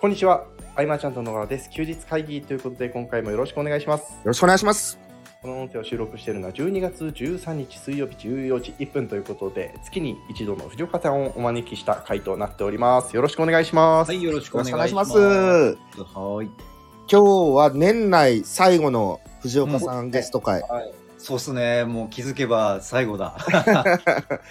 こんにちは。アイマーちゃんと野川です。休日会議ということで、今回もよろしくお願いします。ろしくお願いします。この音声を収録しているのは12月13日水曜日14時1分ということで、月に一度の藤岡さんをお招きした回となっております。よろしくお願いします。はい、よろしくお願いします。今はい。日は年内最後の藤岡さんゲスト会。そうっすね。もう気づけば最後だ。で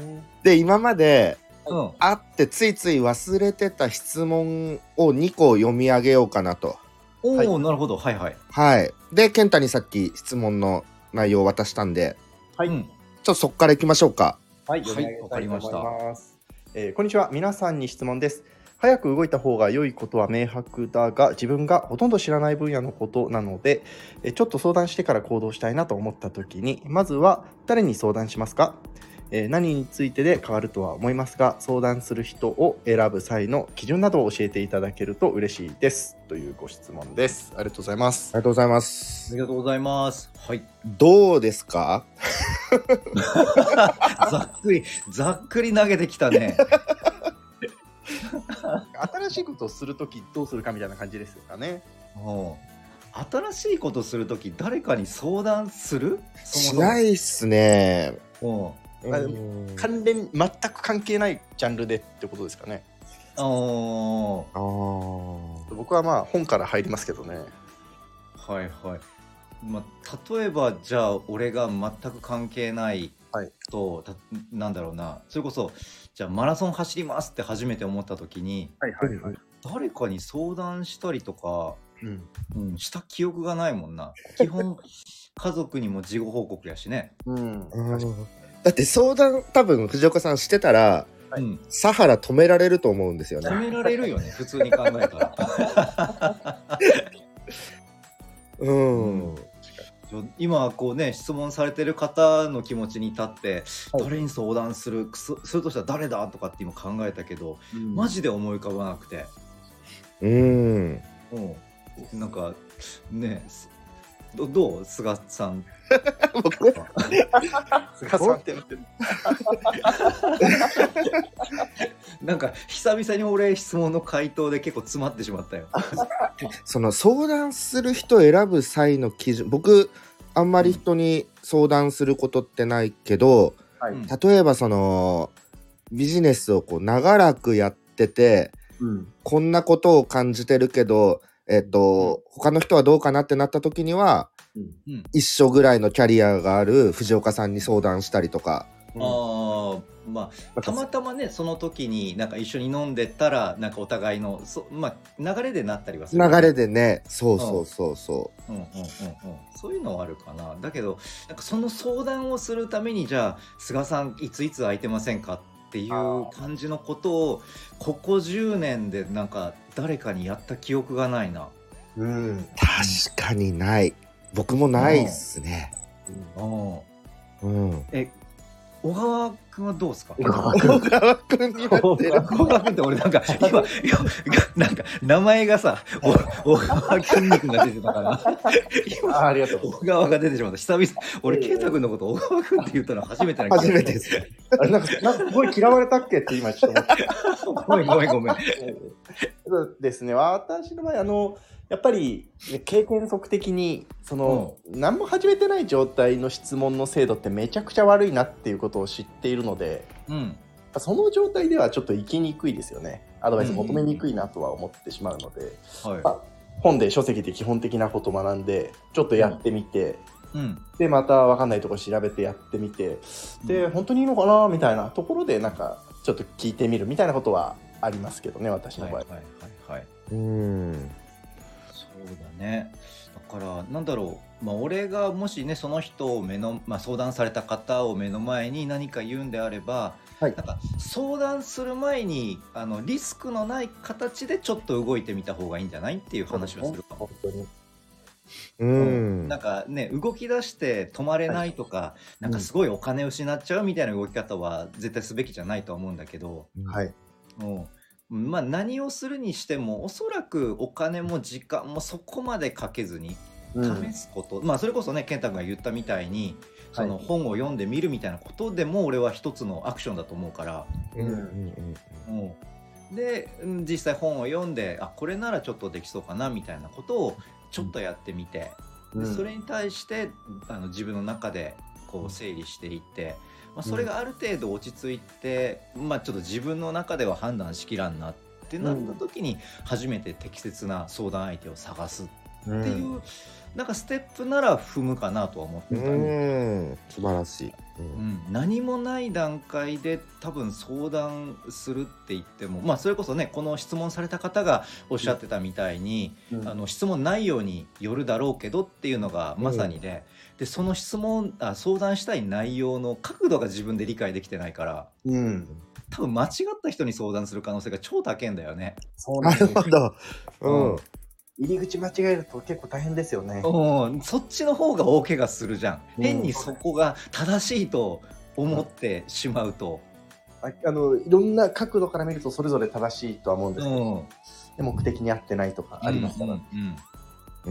すね。で、今までうん。会ってついつい忘れてた質問を2個読み上げようかなと。おお、はいなるほど。はいはい。はい。で、健太にさっき質問の内容を渡したんで、はいうんちょっとそこから行きましょうか。はい、はいわかりましたす、えーこんにちは。皆さんに質問です。早く動いた方が良いことは明白だが、自分がほとんど知らない分野のことなので、えーちょっと相談してから行動したいなと思った時に、まずは誰に相談しますか、えー何についてで変わるとは思いますが、相談する人を選ぶ際の基準などを教えていただけると嬉しいです。というご質問です。ありがとうございまありす。がとうございまありす。がとうございます。はい。どうですかざっくり、ざっくり投げてきたね。新しいことをするときどうするかみたいな感じですかね。うん新しいことするとき、誰かに相談する。しないいっすね。うん。あでもうん関連、全く関係ないジャンルでってことですかね。あーあー僕はまあ本から入りますけどねはいはい。まあ、例えばじゃあ俺が全く関係ないはいと、たなんだろうなそれこそじゃあマラソン走りますって初めて思った時にはいはいはい、誰かに相談したりとか、うんうん、した記憶がないもんな 基本家族にも事後報告やしね、うんうんだって相談多分藤岡さんしてたら、はいうん、サハラ止められると思うんですよね止。められるよね普通に考えたら うん。ちょ今こうね質問されてる方の気持ちに立って、はい誰に相談するくすするとしたら誰だとかって今考えたけどママジジで思い浮かばなくて、うん。うん、なんかねすどどう菅さん僕菅さんってなってるなんか久々に俺質問の回答で結構詰まってしまったよ。その相談する人選ぶ際の基準僕あんまり人に相談することってないけどはいうん例えばそのビジネスをこう長らくやっててうんこんなことを感じてるけど、えっと他の人はどうかなってなった時にはうんうん一緒ぐらいのキャリアがある藤岡さんに相談したりとか。あーまあ、たまたまねその時になんか一緒に飲んでたらなんかお互いのそ、まあ、流れでなったりはす流るよねれでねそうそうそうそうんうんうんうん、そういうのはあるかなだけどなんかその相談をするためにじゃあ菅さんいついつ空いてませんかっていあう感じのことをここ10年でなんか誰かにやった記憶がないな。うんう確かにない僕もないっすねうんうんえ小川君はどうですか小川君になってる小川君って俺なんか今今なんか名前がさお小川筋肉が出てたからあ今ーありがとう小川が出てしまった久々俺圭太君のこと小川君って言ったの初めてな気が初めてですあれなんかなんかすごい嫌われたっけって今ちょっと思っごめんごめんごめん。てそうですね私の場合あのやっぱり経験則的にその、何も始めてない状態の質問の精度ってめちゃくちゃ悪いなっていうことを知っているのでうん。その状態ではちょっと行きにくいですよねアドバイス求めにくいなとは思ってしまうので、は本で書籍で基本的なこと学んでちょっとやってみて、い。うん。でまた分かんないとこ調べてやってみてで、本当にいいのかなみたいなところでなんかちょっと聞いてみるみたいなことはありますけどね私のはい場合、はいはいはい。うんそうだね。だからなんだろう。まあ俺がもしねその人を目のまあ相談された方を目の前に何か言うんであれば、はいなんか相談する前にあのリスクのない形でちょっと動いてみた方がいいんじゃないっていう話はするかも。本当にううんなんかね動き出して止まれないとか、なんかすごいお金失っちゃうみたいな動き方は絶対すべきじゃないとは思うんだけど、はいうん、まあ何をするにしてもおそらくお金も時間もそこまでかけずにうん試すこと、まあそれこそね健太君が言ったみたいにそのはい本を読んでみるみたいなことでも俺は一つのアクションだと思うから、うんうんうんうんでうん実際本を読んであこれならちょっとできそうかなみたいなことをちょっとやってみて、でそれに対してあの自分の中でこう整理していって、まあ、それがある程度落ち着いて、まあ、ちょっと自分の中では判断しきらんなってなった時に初めて適切な相談相手を探すってうんいう、なんかステップなら踏むかなとは思ってうた、ん素晴らしい、うんうん、何もない段階で多分相談するって言っても、まあ、それこそねこの質問された方がおっしゃってたみたいに、うんあの質問ないようによるだろうけどっていうのがまさにで,、でその質問あ相談したい内容の角度が自分で理解できてないからうん。多分間違った人に相談する可能性が超高いんだよね。そうななんでるすほど、うんうん入り口間違えると結構大変ですよね。うん、そっちの方が大怪我するじゃん。うん変にそこが正しいと思ってしまうと。ああの、いろんな角度から見るとそれぞれ正しいとは思うんでうすけど、ん、で目的に合ってないとかありますから、う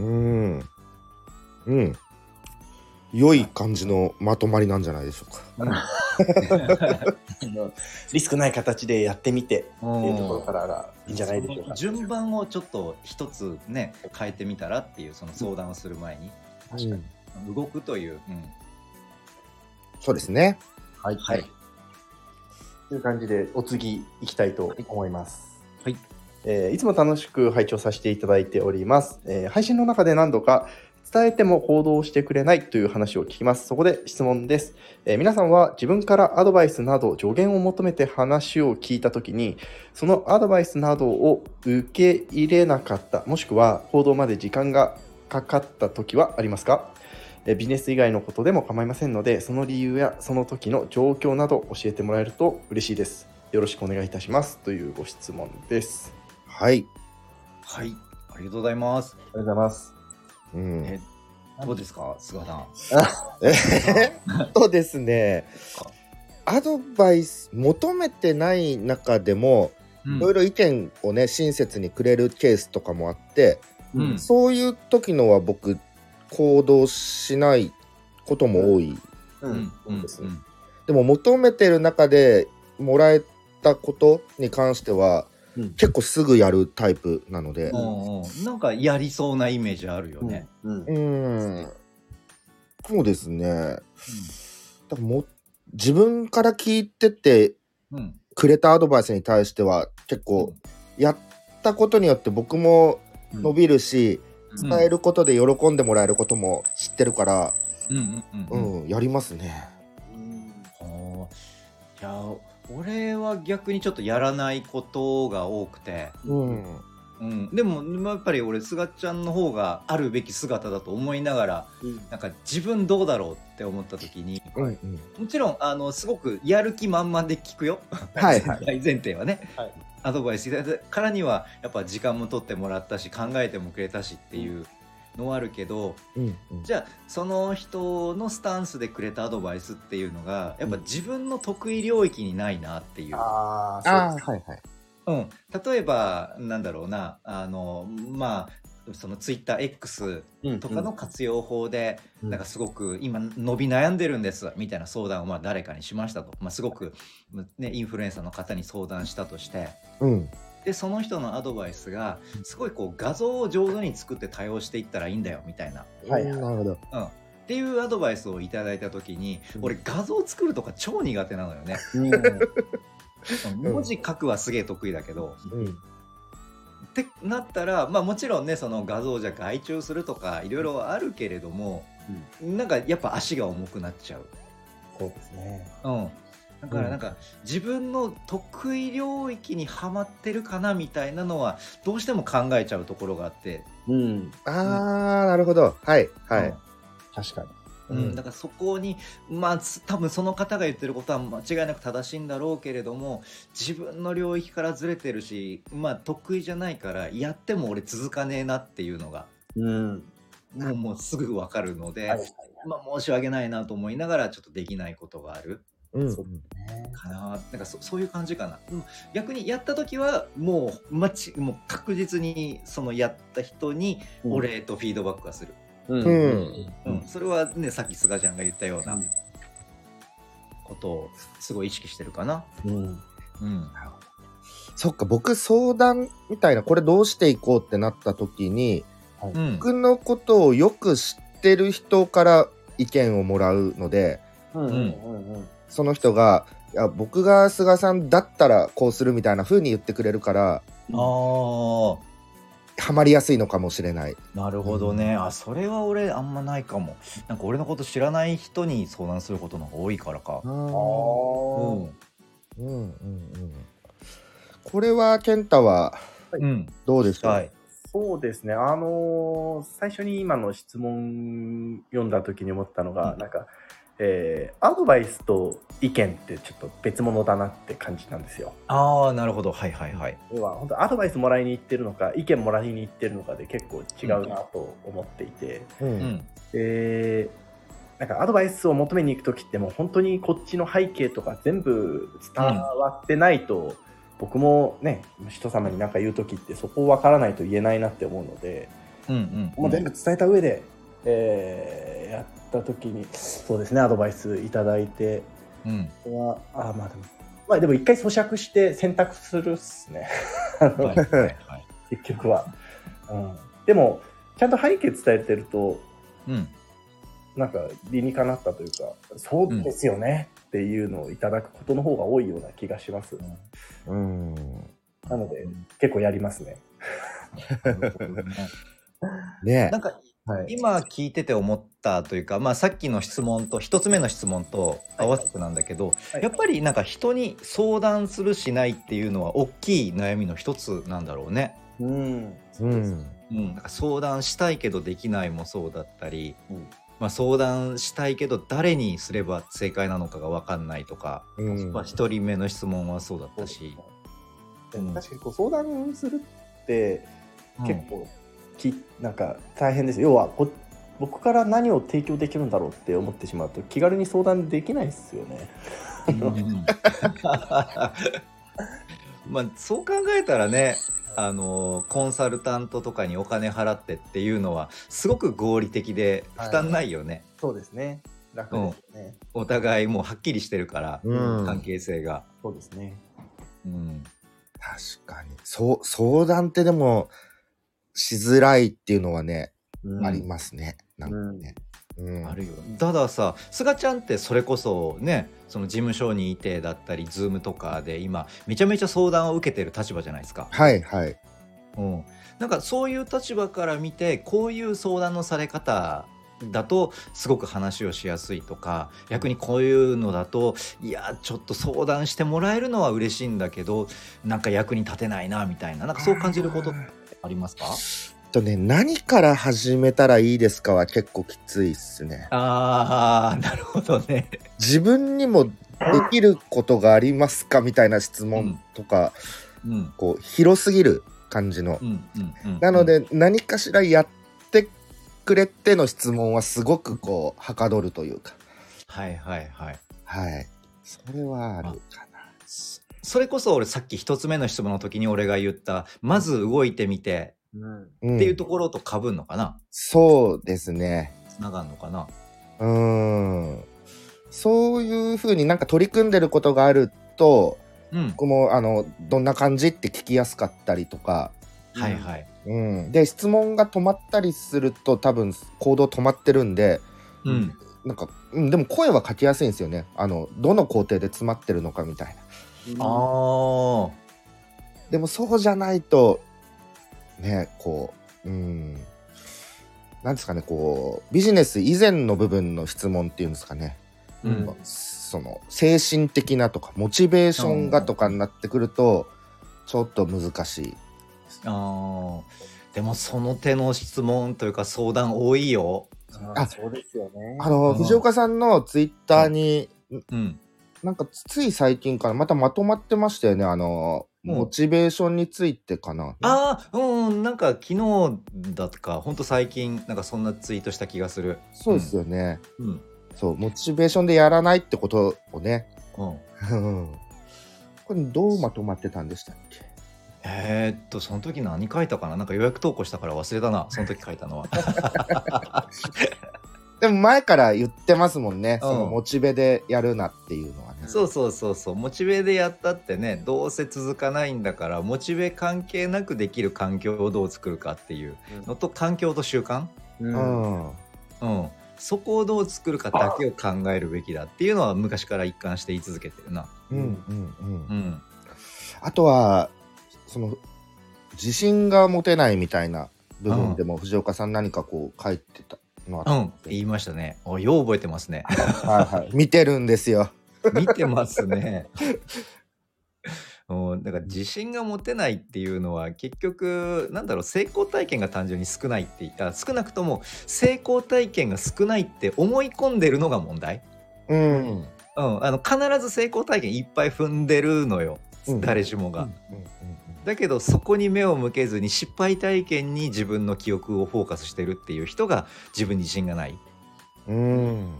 んううんんうん良い感じのまとまりなんじゃないでしょうかあのリスクない形でやってみてうんっていうところからがいいんじゃないでしょうそのか。順番をちょっと一つね変えてみたらっていうその相談をする前に確かに。動くという、うんそうですねはい。はいという感じで、お次行きたいと思います。はい。えーいつも楽しく拝聴させていただいております。えー配信の中で何度か伝えても行動してくれないという話を聞きます。そこで質問です。えー皆さんは自分からアドバイスなど助言を求めて話を聞いたときに、そのアドバイスなどを受け入れなかった、もしくは行動まで時間がかかったときはありますかえビジネス以外のことでも構いませんので、その理由やその時の状況など教えてもらえると嬉しいです。よろしくお願いいたしますというご質問です。はい、はいありがとうございますありがとうございます。うん、 えどうですか菅さんえーっとですねアドバイス求めてない中でもいろいろ意見をね親切にくれるケースとかもあってうんそういう時のは僕行動しないことも多いうんうんうんですうねんでも求めてる中でもらえたことに関しては、うん結構すぐやるタイプなのでう、んうんなんかやりそうなイメージあるよね、うんうん、そうですね。だからも自分から聞いててうんうんくれたアドバイスに対しては結構やったことによって僕も伸びるし、うん伝えることで喜んでもらえることも知ってるから、うんうんううんうんん、やりますね。あーいや俺は逆にちょっとやらないことが多くて、うん、うん、でもまあやっぱり俺すがちゃんの方があるべき姿だと思いながらなんか自分どうだろうって思った時に、うん、もちろんあのすごくやる気満々で聞くよ、はいは 大前提はね、はいアドバイスいただいたからにはやっぱ時間も取ってもらったし考えてもくれたしっていうのはあるけどうん、じゃあその人のスタンスでくれたアドバイスっていうのがやっぱ自分の得意領域にないなっていう。ああ、ああー、はいはい。うん、例えばなんだろうなあのまあそのツイッター X そうとかの、活用法で、うんなんかすごく今伸び悩んでるんですみたいな相談をまあ誰かにしましたと、まあ、すごく、ね、インフルエンサーの方に相談したとしてうん、でその人のアドバイスがすごいこう画像を上手に作って対応していったらいいんだよみたいな。はいはいなるほど。っていうアドバイスをいただいた時にうん俺画像作るとか超苦手なのよねうんうん文字書くはすげえ得意だけどうん、ってなったら、まあ、もちろんねその画像じゃ外注するとかいろいろあるけれども、なんかやっぱ足が重くなっちゃう、そうですね。うん、だからうんなんか、自分の得意領域にはまってるかなみたいなのはどうしても考えちゃうところがあって、うん、ああ、なるほど。はい、はい。確かに。うんうんだからそこにまあつ多分その方が言ってることは間違いなく正しいんだろうけれども自分の領域からずれてるしまあ得意じゃないからやっても俺続かねえなっていうのが。うん。もうもうすぐ分かるので、はいはいまあ、申し訳ないなと思いながらちょっとできないことがあるうんそうかななんかそそういう感じかなうん逆にやった時はもうまちもう確実にそのやった人にお礼とフィードバックはする、うんううんん。うんそれはねさっきすがちゃんが言ったよううなんことをすごい意識してるかな。うんうん、そっか、僕相談みたいな、これどうしていこうってなった時に、うん僕のことをよく知ってる人から意見をもらうので、うんうんうんその人が、いや僕が菅さんだったらこうするみたいな風に言ってくれるから、あーハマりやすいのかもしれない。なるほどね、あそれは俺あんまないかもなんか俺のこと知らない人に相談することの方が多いからか、あうんーうんうんうん。これは、健太はうんどうですか、はいそうですね、あのー最初に今の質問読んだ時に思ったのが、うんなんか、えーアドバイスと意見ってちょっと別物だなって感じたんですよ。ああなるほどはいはいはい要は本当アドバイスもらいに行ってるのか意見もらいに行ってるのかで結構違うなと思っていて、ううんんでなんかアドバイスを求めに行く時ってもう本当にこっちの背景とか全部伝わってないと、僕もね人様に何か言う時ってそこ分からないと言えないなって思うのでうんうんもう全部伝えた上で、えーやった時にそうですねアドバイスいただいてうんこれはあーまあでもまあでも一回咀嚼して選択するっすね。 あのはいはいはい結局は、うん、でもちゃんと背景伝えてるとうんなんか理にかなったというかそうですよねっていうのをいただくことの方が多いような気がします、うん。なので結構やりますねなるほどねねなんかはい今聞いてて思ったというか、まあ、さっきの質問と一つ目の質問と合わせてなんだけど、はいやっぱりなんか人に相談するしないっていうのは大きい悩みの一つなんだろうね。うんううんん。うん、なんか相談したいけどできないもそうだったり、うんまあ、相談したいけど誰にすれば正解なのかが分かんないとか、うんまあ、1人目の質問はそうだったし。うん確かにこう相談するってうん結構き、なんか大変ですよ要はこ僕から何を提供できるんだろうって思ってしまうと気軽に相談できないですよね。 まあそう考えたらねあのコンサルタントとかにお金払ってっていうのはすごく合理的ではい負担ないよね、そうですね。楽ですね。お互いもうはっきりしてるから、うん関係性が、そうですね。うん、確かに。そう、相談ってでも、しづらいっていうのはね、うんありますね。なんかね。うんあるよたださすがちゃんってそれこそねその事務所にいてだったりズームとかで今めちゃめちゃ相談を受けてる立場じゃないですか、はいはい。うん、なんかそういう立場から見てこういう相談のされ方だとすごく話をしやすいとか逆にこういうのだといやちょっと相談してもらえるのは嬉しいんだけどなんか役に立てないなみたいななんかそう感じることってありますかとね、何から始めたらいいですかは結構きついっすね。あーなるほどね。自分にもできることがありますかみたいな質問とか、うんこう、広すぎる感じのう。んうんうんなので、何かしらやってくれっての質問はすごくこう、はかどるというか。はいはいはい。はい。それはあるかな。そそれこそ俺さっき一つ目の質問の時に俺が言ったまず動いてみてうんうんっていうところとかぶんのかなそうですね。つながんのかなうーん。そういうふうになんか取り組んでることがあると、うん僕もあの、どんな感じって聞きやすかったりとか、はいはい。うん。で、質問が止まったりすると多分行動止まってるんで、うん。なんか、うん、でも声は書きやすいんですよね。あの、どの工程で詰まってるのかみたいな。ああーでもそうじゃないと、ね、こう、うん。なんですかね、こう、ビジネス以前の部分の質問っていうんですかね。ううんん。その精神的なとかモチベーションがとかになってくるとちょっと難しいあーでもその手の質問というか相談多いよ。あそうですよね。あのうん藤岡さんのツイッターにうん。なんかつい最近からまたまとまってましたよねあのうんモチベーションについてかなああうんなんか昨日だとかほんと最近なんかそんなツイートした気がする。そうですよねうん。そうモチベーションでやらないってことをねうん。これどうまとまってたんでしたっけえーっとその時何書いたかななんか予約投稿したから忘れたなその時書いたのは。でも前から言ってますもんね、うんそのモチベでやるなっていうのはね そうそうそうそうモチベでやったってねどうせ続かないんだからモチベ関係なくできる環境をどう作るかっていうのと環境と習慣、ううんんうん、そこをどう作るかだけを考えるべきだっていうのは昔から一貫して言い続けてるな。うんうんうんうん、あとはその自信が持てないみたいな部分でも藤岡さん何かこう書いてたのうは、ん、言いましたね。およう覚えてますね。はいはい、見てるんですよ。見てますね。 うん、だから自信が持てないっていうのは結局なんだろう成功体験が単純に少ないってあ少なくとも成功体験が少ないって思い込んでるのが問題、うんうん、あの必ず成功体験いっぱい踏んでるのよ、うん誰しもが、だけどそこに目を向けずに失敗体験に自分の記憶をフォーカスしてるっていう人が自分に自信がない、うん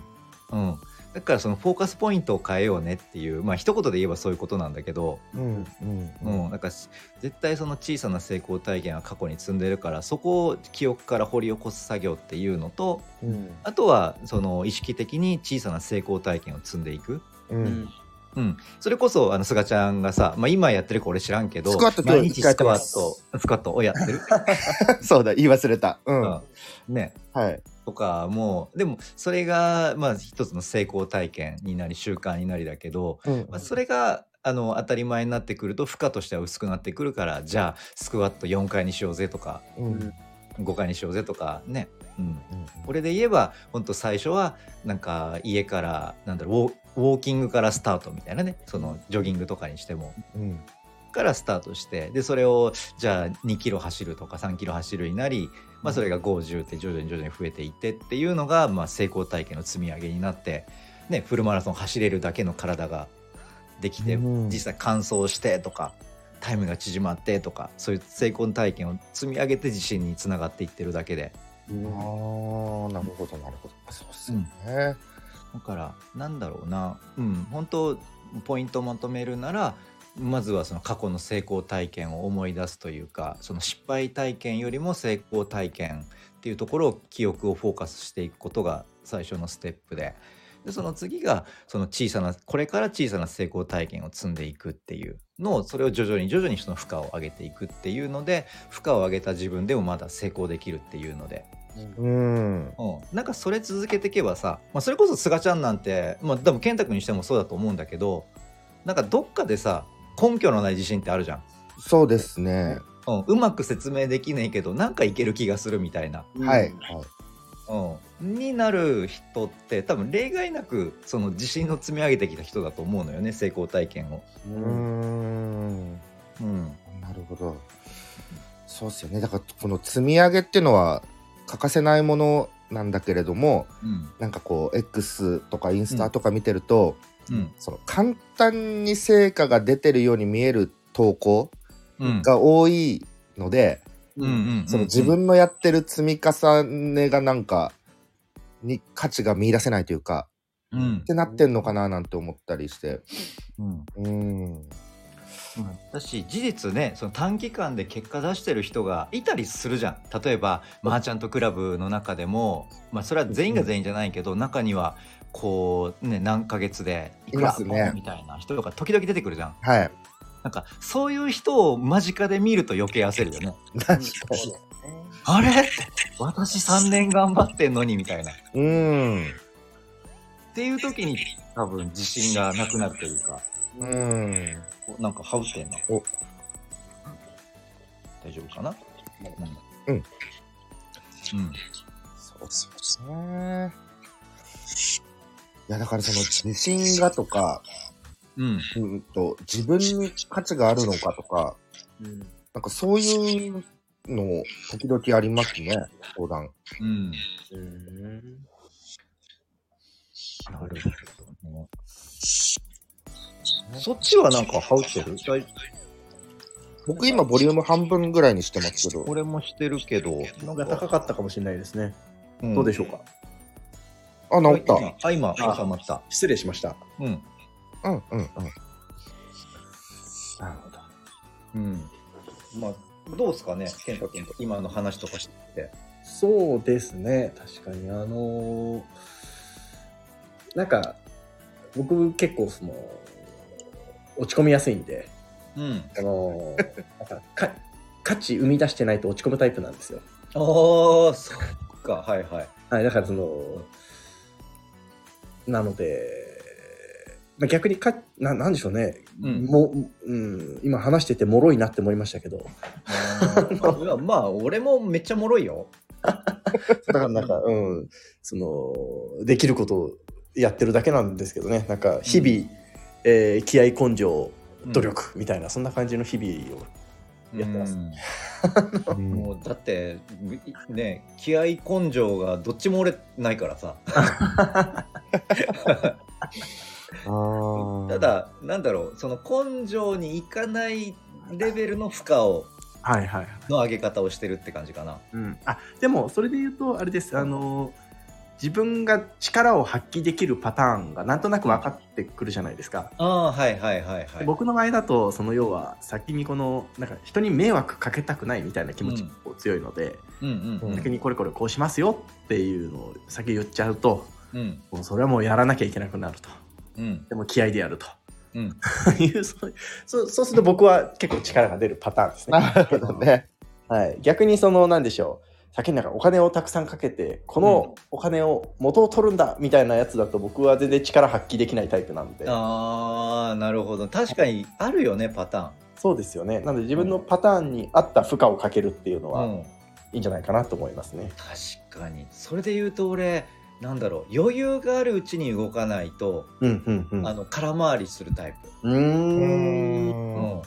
うん、だからそのフォーカスポイントを変えようねっていうまあ一言で言えばそういうことなんだけど、うんうん、なんかし絶対その小さな成功体験は過去に積んでるからそこを記憶から掘り起こす作業っていうのとうんあとはその意識的に小さな成功体験を積んでいく。うんうん、それこそあの菅ちゃんがさ、まあ、今やってるか俺知らんけどスクワット今日毎日一回やスってクワまッすトスクワットをやってる、 そうだ言い忘れた。 ううんんねはい。とかもうでもそれがまあ一つの成功体験になり習慣になりだけど、うんまあ、それがあの当たり前になってくると負荷としては薄くなってくるからじゃあスクワット4回にしようぜとかうん5回にしようぜとかね、うん、これで言えば本当最初はなんか家からなんだろうウォーウォーキングからスタートみたいなねそのジョギングとかにしてもうんからスタートしてでそれをじゃあ2キロ走るとか3キロ走るになり、まあ、それが50って徐々に徐々に増えていってっていうのが、まあ、成功体験の積み上げになって、ね、フルマラソン走れるだけの体ができて、うん実際完走してとかタイムが縮まってとかそういう成功体験を積み上げて自信につながっていってるだけであーなるほどなるほど。そうっすよね。だからなんだろうなうん本当ポイントをまとめるならまずはその過去の成功体験を思い出すというかその失敗体験よりも成功体験っていうところを記憶をフォーカスしていくことが最初のステップででその次がその小さなこれから小さな成功体験を積んでいくっていうのをそれを徐々に徐々にその負荷を上げていくっていうので負荷を上げた自分でもまだ成功できるっていうのでうんうん、なんかそれ続けていけばさ、まあ、それこそ菅ちゃんなんて、まあ、多分健太君にしてもそうだと思うんだけどなんかどっかでさ根拠のない自信ってあるじゃん、そうですね。うん、うまく説明できねえけどなんかいける気がするみたいな、はいはい。うん、になる人って多分例外なくその自信を積み上げてきた人だと思うのよね成功体験を。うーんうんなるほど。そうっすよね。だからこの積み上げっていうのは欠かせないものなんだけれども、うんなんかこう X とかインスタとか見てると。うんその簡単に成果が出てるように見える投稿うんが多いので、うんうんその自分のやってる積み重ねがなんかに価値が見出せないというかうんってなってんのかななんて思ったりしてうんうんだし事実ねその短期間で結果出してる人がいたりするじゃん例えばマーチャントクラブの中でも、まあ、それは全員が全員じゃないけど中にはこうね何ヶ月でいくいまらすねみたいな人が時々出てくるじゃんはいなんかそういう人を間近で見ると余計焦る よね確かにあれって私3年頑張ってんのにみたいなっうんていう時に多分自信がなくなるというかうんおなんかハウってんな。お大丈夫かなううんん。うん。そうそうねいやだからその自信がとか、うん。うん、と自分に価値があるのかとかなんかそういうの時々ありますね、相談。うん。うんなるほどね。そっちはなんかハウってる大僕今ボリューム半分ぐらいにしてますけど。これもしてるけど。のが高かったかもしれないですね。うんどうでしょうかあ、治った。今あ、今、収まった。失礼しました。うん。うんうんうなん。るほど。うん。まあ、どうですかね、健太君と今の話とかして。そうですね、確かに。あのーなんか、僕結構その落ち込みやすいんで、うん。あの ーなんかか価値生み出してないと落ち込むタイプなんですよ。おー、そっか、はいはい。はい、だからそのなのでまあ逆にかななんでしょうね、うんもううん、今話してて脆いなって思いましたけど いやまあ、俺もめっちゃ脆いよ。だからなんか、うん、そのできることをやってるだけなんですけどねなんか日々、えー気合根性努力みたいな、そんな感じの日々をやってますうんうんもうだっていね気合根性がどっちも俺ないからさあーただなんだろうその根性にいかないレベルの負荷をはいはい。の上げ方をしてるって感じかなうん、あでもそれで言うとあれですあの自分が力を発揮できるパターンがなんとなく分かってくるじゃないですか。ああーはいはいはいはい僕の場合だとその要は先にこのなんか人に迷惑かけたくないみたいな気持ちが強いので、うんうんうん先にこれこれこうしますよっていうのを先言っちゃうとうんもうそれはもうやらなきゃいけなくなるとうんでも気合でやるとうん いうそうそうそうすると僕は結構力が出るパターンですね。 なるほどね。はい、逆にその何でしょう先になんかお金をたくさんかけてこのお金を元を取るんだみたいなやつだと僕は全然力発揮できないタイプなんでああなるほど確かにあるよねパタそうですよねなので自分のパターンに合った負荷をかけるっていうのーンはうんいいんじゃないかなと思いますね。確かにそれで言うと俺なんだろう余裕があるうちに動かないとうんうんうんあの空回りするタイプうーんうんうん。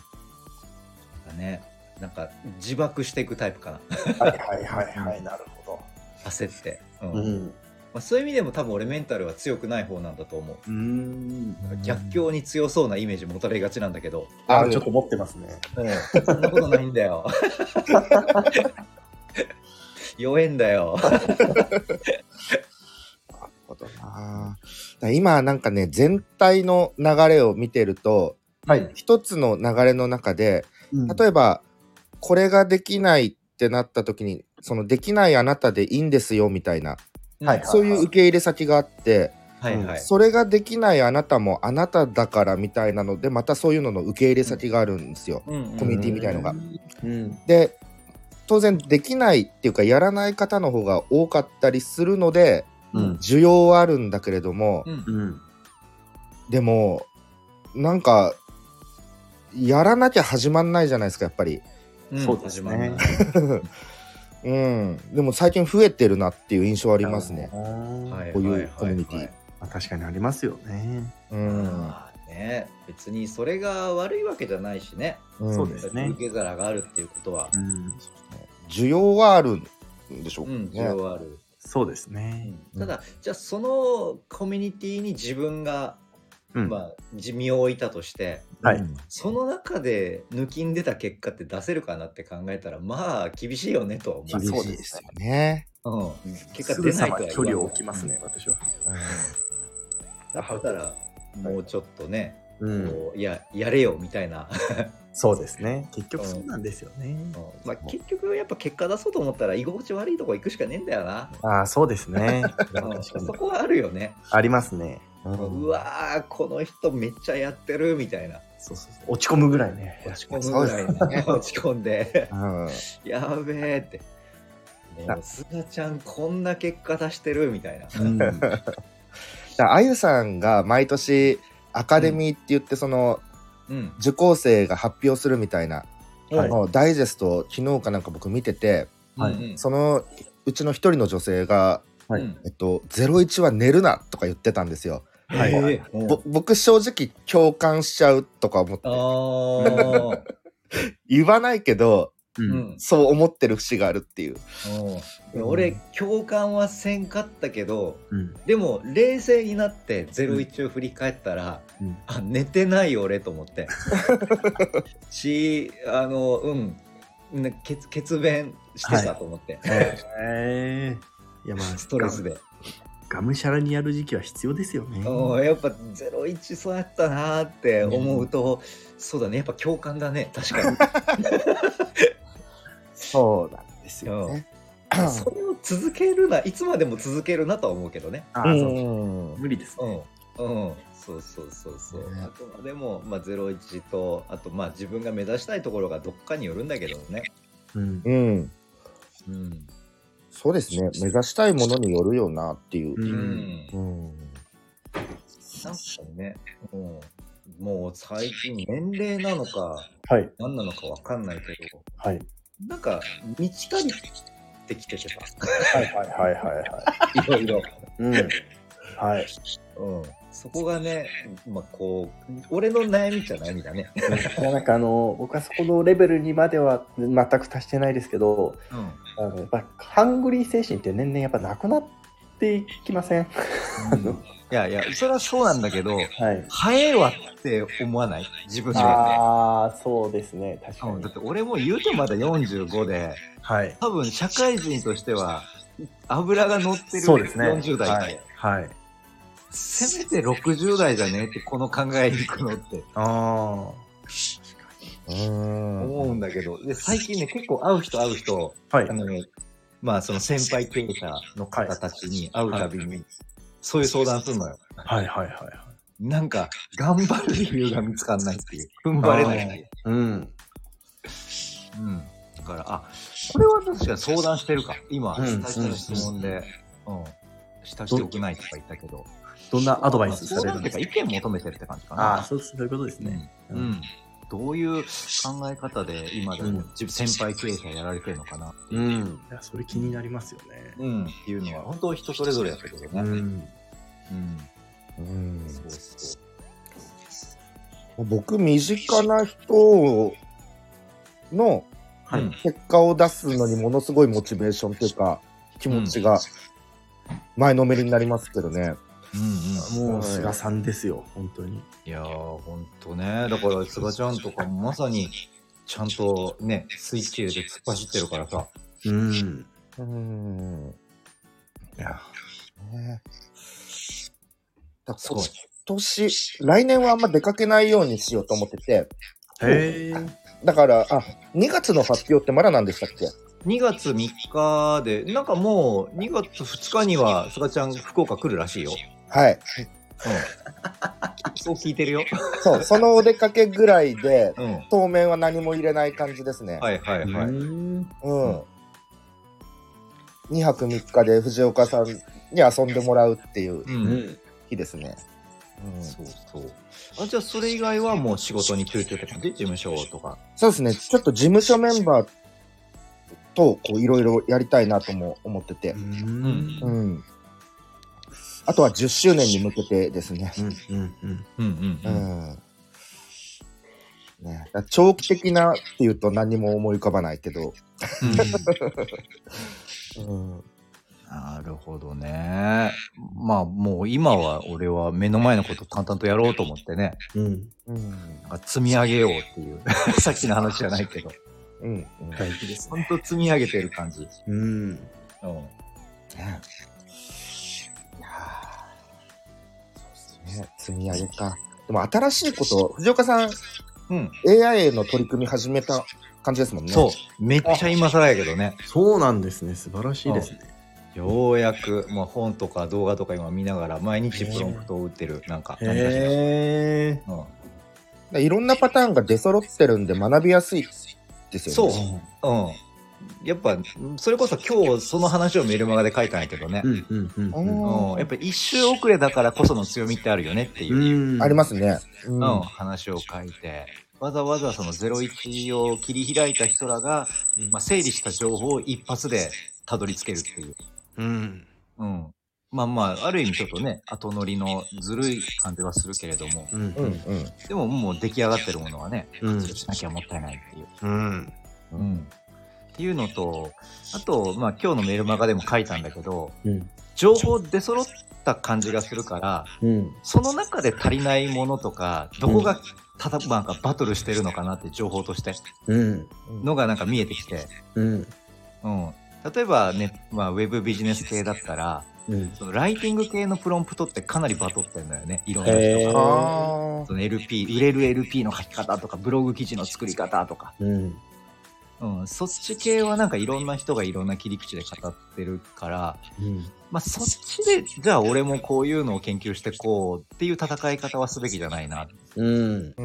だね。なんか自爆していくタイプかな。はいはいはいはいなるほ焦って。うんど。うまんあ、そういう意味でも多分俺メンタルは強くない方なんだと思うう。ん逆境に強そうなイメージ持たれがちなんだけど、あちょっと持ってますね。うん、そんなことないんだよ。弱えんだよ。なるほどなだから今なんかね全体の流れを見てるとはい。一つの流れの中で例えばこれができないってなった時にそのできないあなたでいいんですよみたいなはいそういう受け入れ先があってはいはい。それができないあなたもあなただからみたいなのでまたそういうのの受け入れ先があるんですよ。うんうんコミュニティみたいのがうんで当然できないっていうかやらない方の方が多かったりするのでうん需要はあるんだけれども、うんうんでもなんかやらなきゃ始まんないじゃないですかやっぱりうんそうですね始まんないうんでも最近増えてるなっていう印象ありますねははいいこういうはいはいコミュニティはいまあ確かにありますよね。うん、まあね、別にそれが悪いわけじゃないしね。うんそうですね受け皿があるっていうことは、うん需要はあるんでしょううかねん、需要はある。そうですね。ただ、じゃあそのコミュニティに自分が、うんまあ、地味を置いたとして、はいうんその中で抜きんでた結果って出せるかなって考えたら、まあ、厳しいよねとは厳しいそうですよね、思う。うん、結す果ぐ出なさいとまは距離を置きますね、私は。だから、もうちょっとね、うん、こういや、やれよみたいな。 そうですね。結局そうなんですよね。まあ、結局、やっぱ結果出そうと思ったら、居心地悪いとこ行くしかねえんだよな。ああ、そうですね。うん確かにそこはあるよね。ありますね。うんうわー、この人めっちゃやってるみたいな。そうそうそう落ち込むぐらいね。落ち込むぐらいそうですねね、落ち込んで、うんやべえって。もう、すがちゃん、こんな結果出してるみたいな。うんだからあゆさんが毎年アカデミーって言ってそのうん。受講生が発表するみたいな、はいのダイジェストを昨日かなんか僕見ててはいうんうんそのうちの一人の女性がはいうんえっと、01は寝るなとか言ってたんですよ。はいええうんぼ僕正直共感しちゃうとか思ってあー言わないけど ううんんそう思ってる節があるっていう。うん俺共感はせんかったけどうんでも冷静になって『ゼロイチ』を振り返ったら、うんあ寝てない俺と思って しあのうんね血血便してたと思って、へえいやまあストレスでがむしゃらにやる時期は必要ですよね。うんやっぱ『ゼロイチ』そうやったなーって思うと、そうだねやっぱ共感だね確かにそうなんです よね。それを続けるないつまでも続けるなとは思うけどねああうそうそうん無理ですうね。んうんそうそうそうそう、あくまでも、まあ、01とあとまあ自分が目指したいところがどっかによるんだけどね、うん、うん。うんそうですね。目指したいものによるよなっていう。うんうん。なんかね、もうもう最近年齢なのかはい何なのかわかんないけどはいなんか満ち足りてきててさはいはいはいはいはいろい ろ、い。うん。はい。うん、そこがね、まあ、こう俺の悩みじゃ悩みだね、いやなんかあの僕はそこのレベルにまでは全く達してないですけどうん、あのやっぱハングリー精神って年々やっぱなくなっていきませんいやいやそれはそうなんだけどはい早えわって思わない自分であはあそうですね確かね、うん、にだって俺も言うてまだ45ではい多分社会人としては油が乗ってるそうですね40代で、はいせめて60代じゃねえってこの考えに行くのってあうん。思うんだけどで最近ね結構会う人会う人あはあのまあその先輩経営者の方たちに会うたびにそういう相談するのよはいはいはいなんか頑張る理由が見つかんないっていう 踏ん張れないうんうん、だから、あこれは確かに相談してるか、今、うん最初の質問で、うん、下しておくないとか言ったけど、どんなアドバまあ相談っていうか、意見求めてるって感じかな。ああそうそういうことですねうん、うんどういう考え方で今でも自先輩経営者やられてるのかな、うんいやそれ気になりますよねうん、っていうのは、本当人それぞれやったけどね。うん、うんそうそう。僕、身近な人のはいうん結果を出すのにものすごいモチベーションというか、気持ちが前のめりになりますけどね。うんうんもう菅さんですよ本当にいやー、ほんとね。だから、すがちゃんとかもまさに、ちゃんとね、スイッチ入れて突っ走ってるからさ。うんうん。いやねだすご今い年、来年はあんま出かけないようにしようと思ってて、へえだから、あ、2月の発表ってまだなんでしたっけ2月3日で、なんかもう2月2日には、すがちゃん、福岡来るらしいよ。はい。そう聞いてるよ。そう、そのお出かけぐらいで、うん。当面は何も入れない感じですね。はいはいうはい。んうん。2泊3日で藤岡さんに遊んでもらうっていうう。うんん日ですね。うん、そうそう。あ、じゃあそれ以外はもう仕事に集中って感じ事務所とか。そうですね。ちょっと事務所メンバーと、こう、いろいろやりたいなとも思っててう。んうん。あとは10周年に向けてですね。うんうんうんうん。ね、だから長期的なっていうと何も思い浮かばないけど。うん。なるほどね。まあもう今は俺は目の前のこと淡々とやろうと思ってね、うんうん。なんか積み上げようって いう、さっきの話じゃないけど、うん。うん大事ですほんと積み上げてる感じ。うんうんねいやーそうですね。積み上げか。でも新しいこと、藤岡さん、うん、 AI への取り組み始めた感じですもんね。そう、めっちゃ今更やけどね、そうなんですね素晴らしいですねようやく、まあ、本とか動画とか今見ながら、毎日プロンプトを打ってる、なんか、何かしらへえうんでいろんなパターンが出揃ってるんで学びやすいですよそね。う、うん。やっぱ、それこそ今日その話をメルマガで書いたんやけどね、うんうんうんうんんうん、やっぱ一周遅れだからこその強みってあるよねっていう。うんありますね。うんの話を書いて、わざわざその01を切り開いた人らが、まあ、整理した情報を一発でたどり着けるっていう。うんうん。まあまあ、ある意味ちょっとね、後乗りのずるい感じはするけれども、うんううんうんん。でももう出来上がってるものはね、うん活用しなきゃもったいないっていう。うんうん。っていうのと、あと、まあ今日のメールマガでも書いたんだけど、うん情報出揃った感じがするから、うんその中で足りないものとか、どこがただ、なんかバトルしてるのかなって情報としてうんのがなんか見えてきて、うんうん。例えばね、まあ、ウェブビジネス系だったら、うんそのライティング系のプロンプトってかなりバトってんだよね。いろんな人へが。えああ。その LP、売れる LP の書き方とか、ブログ記事の作り方とか。うんうん、そっち系はなんかいろんな人がいろんな切り口で語ってるから、うんまあ、そっちでじゃあ俺もこういうのを研究してこうっていう戦い方はすべきじゃないな、うん。うんう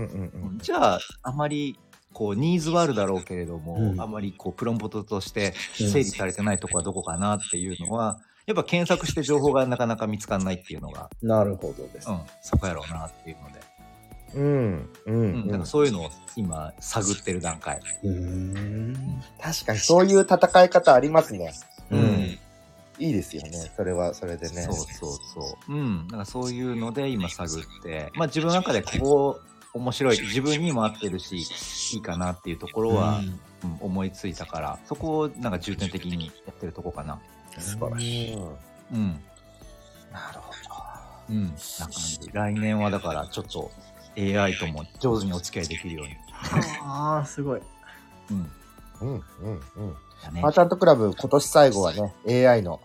んじゃああまりこうニーズはあるだろうけれども、うんあまりこうプロンポトとして整理されてないとこはどこかなっていうのはやっぱ検索して情報がなかなか見つかんないっていうのが、なるほどですう。ん、そこやろうなっていうので、うんうんううんんだからそういうのを今探ってる段階。うん。確かにそういう戦い方ありますねうんいいですよねそれはそれでねそうそうそう。うん。だからそういうので今探って、まあ自分の中でここ面白い、自分にも合ってるし、いいかなっていうところは、うん思いついたから、そこをなんか重点的にやってるとこかな。素晴らしい。いうん。なるほうん。な感じ。来年はだからちょっと AI とも上手にお付き合いできるように。ああ、すごい。うん。どうんうんうんだねマーチャントクラブ今年最後はね AI の、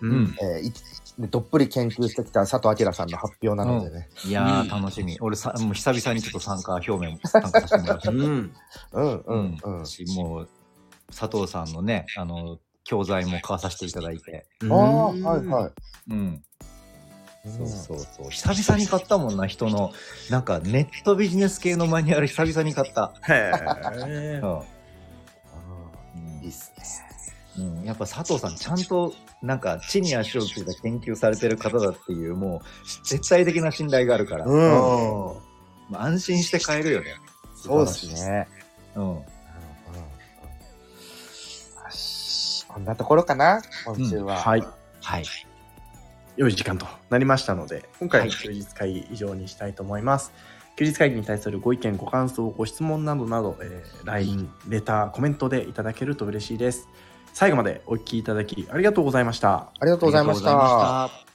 ううん。。えーいどっぷり研究してきた佐藤明さんの発表なのでねいやー、楽しみ。俺さ、もう久々にちょっと参加表明も参加させてもらって。うん。うんううんんうん、しもう佐藤さんのねあの教材も買わさせていただいて、ああはいはいうん、そうそうそう久々に買ったもんな人のなんかネットビジネス系のマニュアル久々に買った、い。へえう。んうんいいっすねうんやっぱ佐藤さんちゃんとなんか地に足をついた研究されてる方だっていうもう絶対的な信頼があるから、ううんん。まあ、安心して買えるよね、そうですねうん、うんうんよしこんなところかな今週は、はい。はい良い時間となりましたので、今回はいの休日会議以上にしたいと思います。休日会議に対するご意見、ご感想、ご質問などなど、えー LINE、レター、コメントでいただけると嬉しいです。最後までお聞きいただきありがとうございました。ありがとうございましありがとうごたざいました